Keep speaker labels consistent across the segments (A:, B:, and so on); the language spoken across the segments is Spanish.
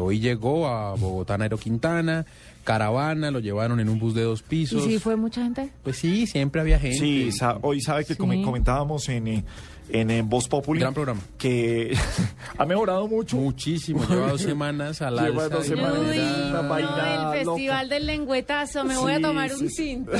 A: hoy llegó a Bogotá Nairo Quintana, caravana, lo llevaron en un bus de dos
B: ¿Y
A: pisos.
B: si fue mucha gente?
A: Pues sí, siempre había gente.
C: Sí, sa- hoy sabe que come-
B: Sí.
C: comentábamos en, eh, en, eh, Voz Populi
A: Gran programa.
C: que ha mejorado mucho.
A: Muchísimo, lleva dos semanas al
C: Lleva
A: alza.
C: dos
A: de
C: semanas.
A: manera-
C: Uy, Una vaina
B: el festival del lengüetazo, me voy a
C: Sí,
B: tomar
C: sí,
B: un
C: sí.
B: cinto.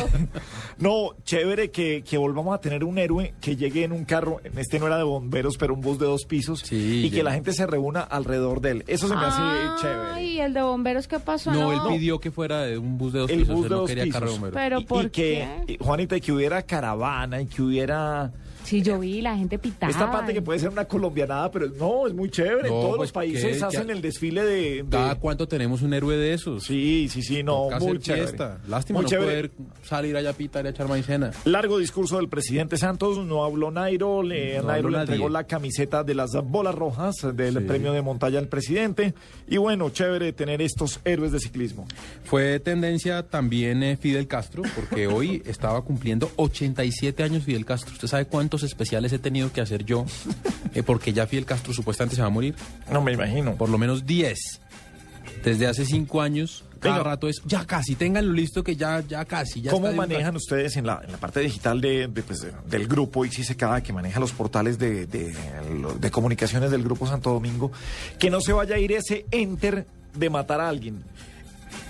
C: No, chévere que, que volvamos a tener un héroe que llegue en un carro, en este no era de bomberos, pero un bus de dos pisos,
A: Sí,
C: y que
A: ya.
C: la gente se reúna alrededor de él. Eso se me hace chévere.
B: Ay, el de bomberos, ¿qué pasó?
A: No, él pidió que fuera de un bus de dos
C: El
A: pisos,
C: bus
A: él
C: de
A: no
C: dos
A: quería carro de
C: pisos.
A: bomberos.
B: Pero
C: y,
B: ¿por
C: y que,
B: qué?
C: y, Juanita, y que hubiera caravana y que hubiera...
B: Sí, yo vi la gente pitada.
C: Esta parte que puede ser una colombianada, pero no, es muy
A: No,
C: chévere. en Todos
A: pues,
C: los países
A: que- que-
C: hacen el desfile de... de-
A: ¿Cada cuánto tenemos un héroe de esos?
C: Sí, sí, sí, no,
A: Toca
C: muy
A: hacer
C: chévere.
A: fiesta. Lástima
C: Muy
A: no
C: chévere.
A: poder salir allá a pitar y a echar maicena.
C: Largo discurso del presidente Santos, no habló Nairo, le,
A: No
C: Nairo
A: habló
C: le
A: nadie.
C: entregó la camiseta de las bolas rojas del
A: Sí.
C: premio de montaña al presidente. Y bueno, chévere tener estos héroes de ciclismo.
A: Fue tendencia también eh, Fidel Castro, porque hoy estaba cumpliendo 87 años Fidel Castro. ¿Usted sabe cuántos especiales he tenido que hacer yo? eh, porque ya Fidel Castro supuestamente se va a morir.
C: No me imagino.
A: Por lo menos 10. Desde hace 5 años, cada
C: Venga.
A: rato es ya casi, ténganlo listo que ya, ya casi. Ya
C: ¿Cómo
A: está de un
C: manejan ustedes en la, en la parte digital de, de, pues, de- del grupo cada que maneja los portales de, de- de comunicaciones del Grupo Santo Domingo, que no se vaya a ir ese enter de matar a alguien?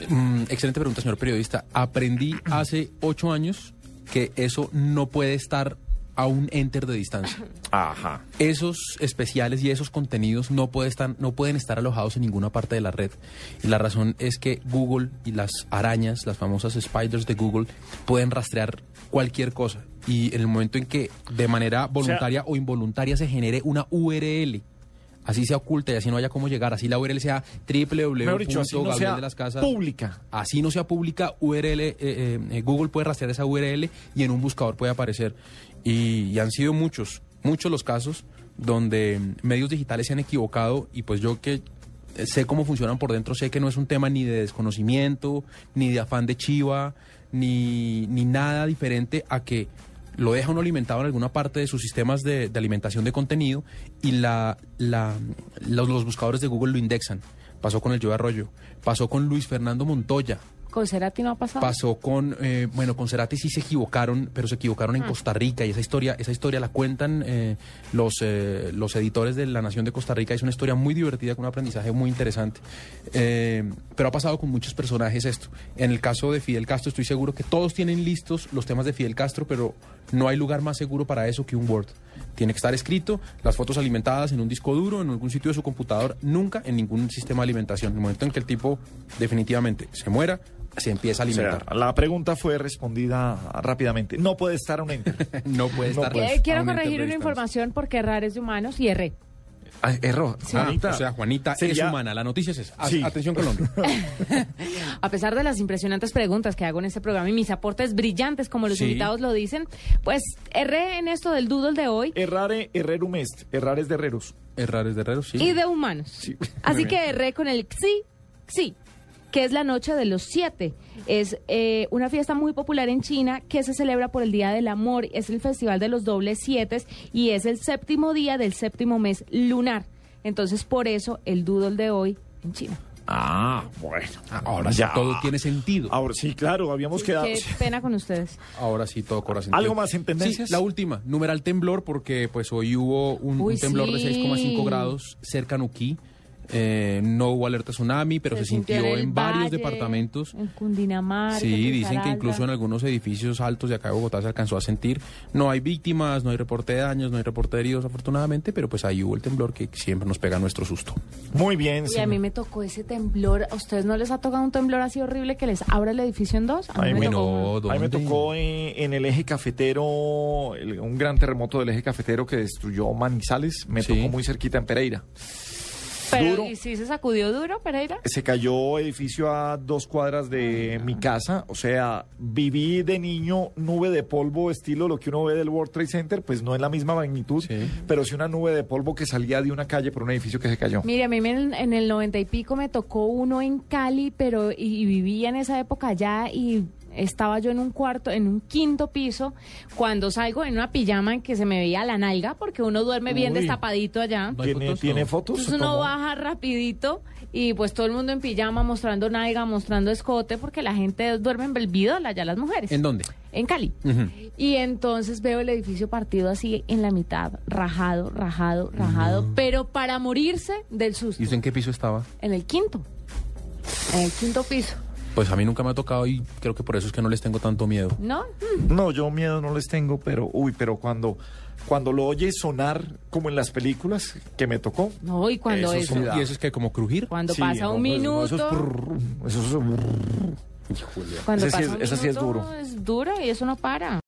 A: Mm, excelente pregunta, señor periodista. Aprendí hace ocho años que eso no puede estar a un enter de distancia.
C: Ajá.
A: Esos especiales y esos contenidos no, puede estar- no pueden estar alojados en ninguna parte de la red. Y la razón es que Google y las arañas, las famosas spiders de Google, pueden rastrear cualquier cosa. Y en el momento en que de manera voluntaria o, involuntaria se genere una URL, así sea oculta y así no haya cómo llegar, así la URL sea www.
C: Mejor dicho, así no sea pública.
A: Así no sea pública, URL, eh, eh, eh, Google puede rastrear esa URL y en un buscador puede aparecer. Y, y han sido muchos, muchos los casos donde mm, medios digitales se han equivocado y pues yo que eh, sé cómo funcionan por dentro, sé que no es un tema ni de desconocimiento, ni de afán de chiva, ni, ni nada diferente a que lo deja uno alimentado en alguna parte de sus sistemas de, de alimentación de contenido y la, la- los, los buscadores de Google lo indexan. Pasó con el Joe Arroyo, pasó con Luis Fernando Montoya,
B: ¿Con Cerati no ha pasado?
A: pasó con, eh, bueno, con Cerati sí se equivocaron, pero se equivocaron en Costa Rica y esa historia, esa historia la cuentan eh, los, eh, los editores de La Nación de Costa Rica. Es una historia muy divertida con un aprendizaje muy interesante. Eh, pero ha pasado con muchos personajes esto. En el caso de Fidel Castro estoy seguro que todos tienen listos los temas de Fidel Castro, pero no hay lugar más seguro para eso que un Word. Tiene que estar escrito, las fotos alimentadas en un disco duro, en algún sitio de su computador, nunca en ningún sistema de alimentación. En el momento en que el tipo definitivamente se muera, se empieza a
C: O sea,
A: alimentar.
C: la pregunta fue respondida rápidamente. No puede estar un enter.
A: no puede
C: No
A: estar.
C: puede.
B: Eh,
A: pues, a
B: quiero
A: un enter
B: corregir
A: de
B: una
A: distancia.
B: información porque errar es de humanos y erré.
C: Ah, error.
A: Ah, o sea, Juanita
C: Sería-
A: es humana. La noticia es esa. A-
C: Sí.
A: Atención, Colombia.
B: A pesar de las impresionantes preguntas que hago en este programa y mis aportes brillantes, como los
A: Sí.
B: invitados lo dicen, pues erré en esto del doodle de hoy
C: Errare, errerum est. Errar es de herreros.
A: Errares de herreros, sí.
B: y de humanos. Así que erré con el sí, sí, que es la noche de los siete. Es eh, una fiesta muy popular en China que se celebra por el Día del Amor. Es el Festival de los Dobles Sietes y es el séptimo día del séptimo mes lunar. Entonces, por eso el doodle de hoy en China.
C: Ah, bueno.
A: Ahora sí, todo tiene sentido.
C: Ahora sí, claro, habíamos quedado.
B: Qué pena con ustedes.
A: Ahora sí, todo corazón.
C: ¿Algo más en tendencias?
A: Sí, la última, numeral temblor, porque pues hoy hubo un,
B: Uy,
A: un temblor
B: sí.
A: de 6,5 grados cerca a Nuquí. Eh, no hubo alerta tsunami, pero se, sintió, en,
B: el
A: varios
B: valle,
A: departamentos.
B: En Cundinamarca.
A: Sí,
B: en
A: dicen que
B: Risaralda.
A: incluso en algunos edificios altos de acá de Bogotá se alcanzó a sentir. No hay víctimas, no hay reporte de daños, no hay reporte de heridos, afortunadamente, pero pues ahí hubo el temblor que siempre nos pega nuestro susto.
C: Muy bien,
B: Y a
C: señor.
B: mí me tocó ese temblor. ¿A ustedes no les ha tocado un temblor así horrible que les abra el edificio en dos? A mí
C: Ay,
B: me
C: uy,
B: tocó uno.
C: A mí me
A: ¿dónde?
C: tocó eh, en, el eje cafetero, el- un gran terremoto del eje cafetero que destruyó Manizales. Me
A: Sí.
C: tocó muy cerquita en Pereira.
B: Pero,
C: Duro.
B: ¿y si se sacudió duro, Pereira?
C: Se cayó edificio a dos cuadras de mi casa. O sea, viví de niño nube de polvo, estilo lo que uno ve del World Trade Center, pues no es la misma magnitud,
A: Sí.
C: pero sí una nube de polvo que salía de una calle por un edificio que se cayó.
B: Mire, a mí me- en, en el noventa y pico me tocó uno en Cali, pero y, y vivía en esa época allá y estaba yo en un cuarto, en un quinto piso, cuando salgo en una pijama en que se me veía la nalga, porque uno duerme bien
C: Uy.
B: destapadito allá.
A: ¿No hay
C: ¿Tiene,
A: fotos?
C: ¿tiene
A: No.
C: fotos?
B: Entonces Pues uno
C: Tomó-
B: baja rapidito y pues todo el mundo en pijama mostrando nalga, mostrando escote, porque la gente duerme en Belvidola, ya las mujeres.
A: ¿En dónde?
B: En Cali.
A: Ujú.
B: Y entonces veo el edificio partido así en la mitad, rajado, rajado, rajado, pero para morirse del susto.
A: ¿Y usted en qué piso estaba?
B: En el quinto. En el quinto piso.
A: Pues a mí nunca me ha tocado y creo que por eso es que no les tengo tanto miedo.
B: ¿No?
C: No, yo miedo no les tengo, pero uy, pero cuando cuando lo oyes sonar como en las películas que me tocó.
B: No, y cuando eso.
C: Eso sí da.
A: ¿Y eso es que como crujir?
B: Cuando
C: sí,
B: pasa
C: no,
B: un
C: pues, no,
B: minuto.
C: eso es prrr, eso es-
B: Cuando
C: Ese
B: pasa
C: sí es-
B: un
C: ese sí es
B: minuto,
C: duro.
B: Es duro y eso no para.